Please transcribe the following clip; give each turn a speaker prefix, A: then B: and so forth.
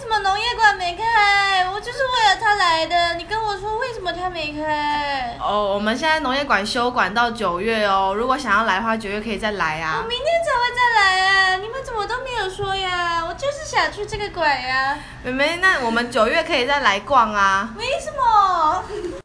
A: 什么农业馆没开？我就是为了他来的。你跟我说为什么他没开？
B: 哦，我们现在农业馆休馆到九月哦，如果想要来的话，九月可以再来
A: 我
B: 啊。
A: 明天才会再来啊！你们怎么都没有说呀？我就是想去这个馆呀，
B: 妹妹，那我们九月可以再来逛啊。
A: 没什么。